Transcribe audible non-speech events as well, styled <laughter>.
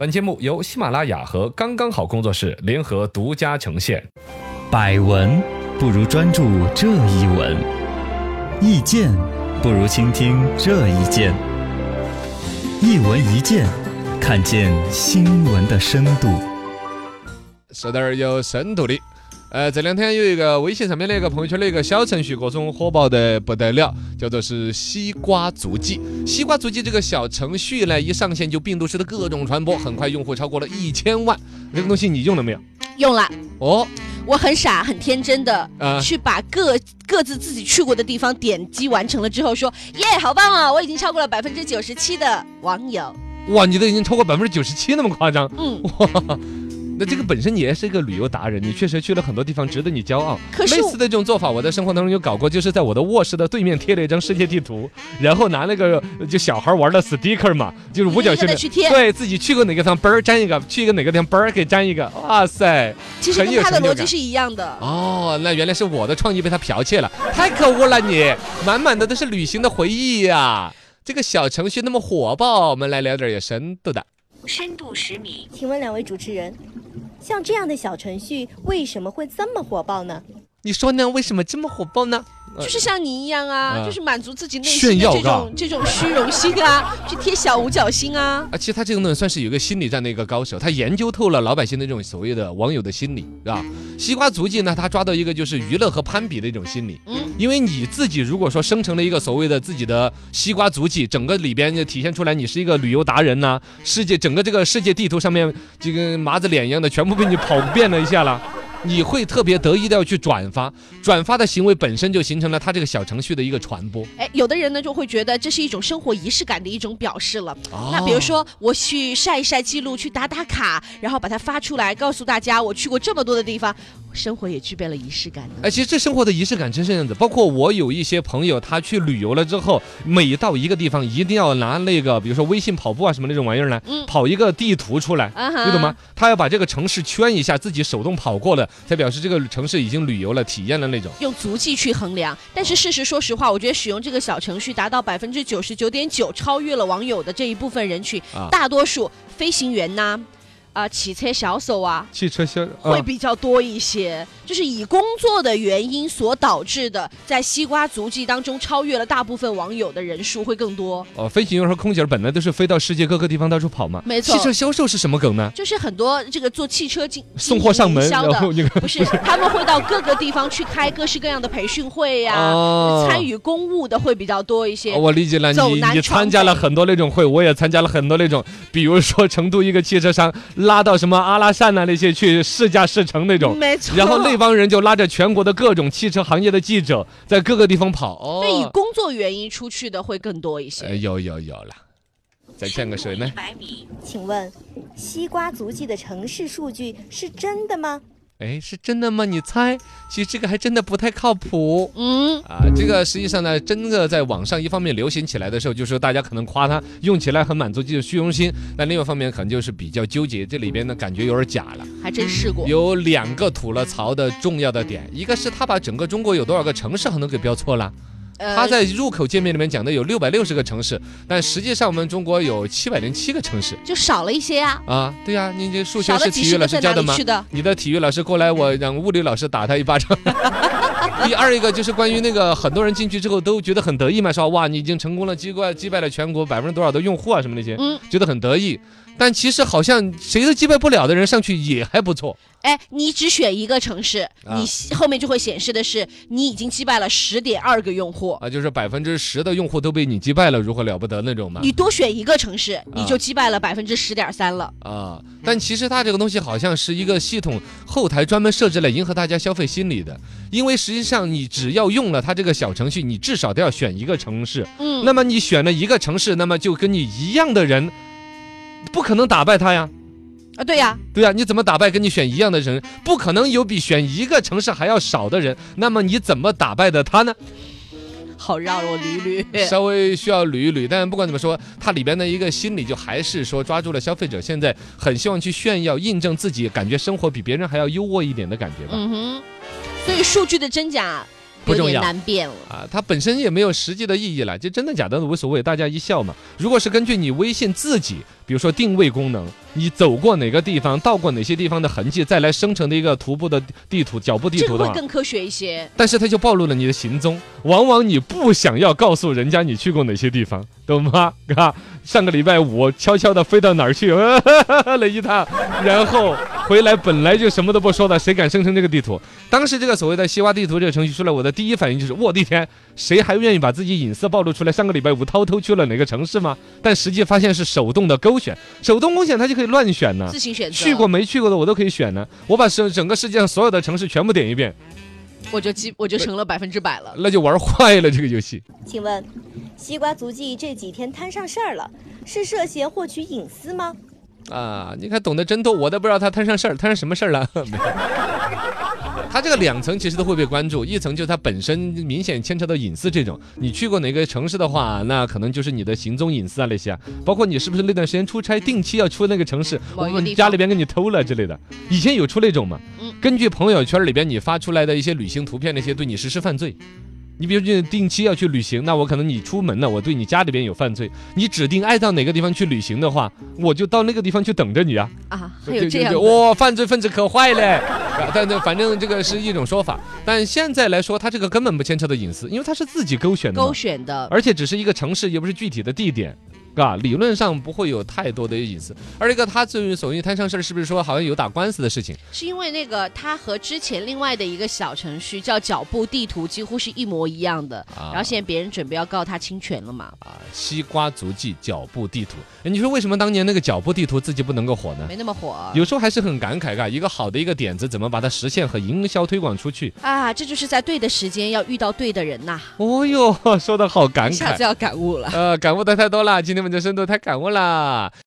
本节目由喜马拉雅和刚刚好工作室联合独家呈现。百闻不如专注这一闻，意见不如倾听这一见。一闻一见，看见新闻的深度。是点儿有深度的。呃，这两天有一个微信上面的一个朋友圈的一个小程序，各种火爆的不得了，叫做是西瓜足迹。西瓜足迹这个小程序呢，一上线就病毒式的各种传播，很快用户超过了一千万。这个东西你用了没有？用了，哦，我很傻很天真的、啊去把各各自自己去过的地方点击完成了之后说，耶，好棒啊！我已经超过了百分之九十七的网友。哇，你都已经超过百分之九十七那么夸张。嗯，哇，那这个本身你也是一个旅游达人，你确实去了很多地方，值得你骄傲。可是类我似的这种做法，我在生活当中有搞过，就是在我的卧室的对面贴了一张世界地图，然后拿那个呃就小孩玩的 sticker 嘛，就是五角星的的。去贴，对自己去过哪个地方，嘣儿粘一个；去一个哪个地方，嘣儿给粘一个。哇塞！其实很有跟他的成就逻感辑是一样的。哦，那原来是我的创意被他剽窃了，太可恶了你！满满的都是旅行的回忆呀、这个小程序那么火爆，我们来聊点有深度的。深度十米，请问两位主持人，像这样的小程序为什么会这么火爆呢？你说呢？为什么这么火爆呢？呃就是像你一样啊，啊就是满足自己内炫心的耀这嘎种这种虚荣心啊， <laughs> 去贴小五角星啊。啊，其实他这个呢，算是有一个心理战的一个高手，他研究透了老百姓的这种所谓的网友的心理，是吧？西瓜足迹呢，他抓到一个就是娱乐和攀比的一种心理。嗯，因为你自己如果说生成了一个所谓的自己的西瓜足迹，整个里边就体现出来你是一个旅游达人呐、世界整个这个世界地图上面就跟麻子脸一样的全部被你跑遍了一下了。你会特别得意的要去转发，转发的行为本身就形成了他这个小程序的一个传播。哎，有的人呢就会觉得这是一种生活仪式感的一种表示了。那比哦如说，我去晒一晒记录，去打打卡，然后把它发出来，告诉大家我去过这么多的地方，生活也具备了仪式感呢。哎，其实这生活的仪式感真是这样子。包括我有一些朋友，他去旅游了之后，每到一个地方，一定要拿那个，比如说微信跑步啊什么那种玩意儿呢，嗯跑一个地图出来。啊哈你懂吗？？他要把这个城市圈一下，自己手动跑过了，才表示这个城市已经旅游了、体验了那种。用足迹去衡量，但是事实，说实话，我觉得使用这个小程序达到百分之九十九点九，超越了网友的这一部分人群，啊大多数飞行员呐、啊、汽车销售啊，汽车销会比较多一些，就是以工作的原因所导致的，在西瓜足迹当中超越了大部分网友的人数会更多。哦，飞行员和空姐本来都是飞到世界各个地方到处跑嘛。没错汽车销售是什么梗呢？就是很多这个做汽车经送货上门，经营营然销后的，那个不是他们会到各个地方去开各式各样的培训会呀、哦参与公务的会比较多一些。哦我理解了，走你南你闯参加北了很多那种会，我也参加了很多那种，比如说成都一个汽车商拉到什么阿拉善呐、那些去试驾试乘那种，没错。然后那帮人就拉着全国的各种汽车行业的记者在各个地方跑。哦对以工作原因出去的会更多一些。哎有有有了，再见个谁呢一？百米，请问，西瓜足迹的城市数据是真的吗？哎，是真的吗？你猜？其实这个还真的不太靠谱。嗯，啊，这个实际上呢，真的在网上一方面流行起来的时候，就是大家可能夸它用起来很满足自己的虚荣心，但另外一方面可能就是比较纠结，这里边呢感觉有点假了。还真试过。有两个吐了槽的重要的点，一个是他把整个中国有多少个城市好像都给标错了，呃他在入口界面里面讲的有六百六十个城市，但实际上我们中国有七百零七个城市就少了一些啊，啊。对呀、你这数学少了是几体育十老个师在教哪的里吗？去的？你的体育老师过来，我让物理老师打他一巴掌。第二一个就是关于那个很多人进去之后都觉得很得意嘛，说哇你已经成功了击败击败了全国百分之多少的用户啊什么那些，嗯觉得很得意。但其实好像谁都击败不了的人上去也还不错。哎，你只选一个城市，啊你后面就会显示的是你已经击败了十点二个用户。啊，就是百分之十的用户都被你击败了，如何了不得那种嘛？你多选一个城市，你就击败了百分之十点三了。啊，但其实它这个东西好像是一个系统后台专门设置来迎合大家消费心理的，因为实际上你只要用了它这个小程序，你至少都要选一个城市，嗯，那么你选了一个城市，那么就跟你一样的人，不可能打败他呀。啊，对呀、对呀、你怎么打败跟你选一样的人？不可能有比选一个城市还要少的人，那么你怎么打败的他呢？好哦让我捋 <laughs> 捋。稍微需要捋一捋，但不管怎么说，它里边的一个心理就还是说抓住了消费者现在很希望去炫耀、印证自己，感觉生活比别人还要优渥一点的感觉吧。嗯哼，所以数据的真假不重有点要难辨了。啊，它本身也没有实际的意义了，这真的假的无所谓，大家一笑嘛。如果是根据你微信自己，比如说定位功能，你走过哪个地方，到过哪些地方的痕迹，再来生成的一个徒步的地图、脚步地这图个的会话，更科学一些。但是它就暴露了你的行踪。往往你不想要告诉人家你去过哪些地方，懂吗？啊，上个礼拜五悄悄的飞到哪儿去，了一趟，然后回来本来就什么都不说的，谁敢生成这个地图？当时这个所谓的西瓜地图这个程序出来，我的第一反应就是，我的天，谁还愿意把自己隐私暴露出来？上个礼拜五偷偷去了哪个城市吗？但实际发现是手动的勾选，手动勾选它就可以乱选呢、自行选择。啊去过，没去过的我都可以选呢、我把整整个世界上所有的城市全部点一遍，我就基我就成了百分之百了。那就玩坏了这个游戏。请问，西瓜足迹这几天摊上事儿了，是涉嫌获取隐私吗？啊，你看懂得真多，我都不知道他摊上事儿，摊上什么事儿了？ <laughs> 没有。他这个两层其实都会被关注，一层就是他本身明显牵扯到隐私这种，你去过哪个城市的话，那可能就是你的行踪隐私啊那些啊，包括你是不是那段时间出差定期要出那个城市，某我一个地们方家里边给你偷了之类的，以前有出那种嘛嗯？根据朋友圈里边你发出来的一些旅行图片那些，对你实施犯罪。你比如你定期要去旅行，那我可能你出门了，我对你家里边有犯罪，你指定爱到哪个地方去旅行的话，我就到那个地方去等着你啊。啊，还对有对这对样对，的，哇、犯罪分子可坏嘞！ <laughs> 啊但但反正这个是一种说法，但现在来说，他这个根本不牵扯到隐私，因为他是自己勾选的嘛勾，选的，而且只是一个城市，也不是具体的地点。啊，理论上不会有太多的隐私，而一个他最所谓摊上事儿，是不是说好像有打官司的事情？是因为那个它和之前另外的一个小程序叫脚步地图几乎是一模一样的，啊然后现在别人准备要告他侵权了嘛，啊，西瓜足迹脚步地图，哎你说为什么当年那个脚步地图自己不能够火呢？没那么火有时候还是很感慨，啊，一个好的一个点子，怎么把它实现和营销推广出去？啊，这就是在对的时间要遇到对的人呐，哦哟，说的好感一下慨子。要感悟了。呃，感悟的太多了，今天我们的深度太感悟了。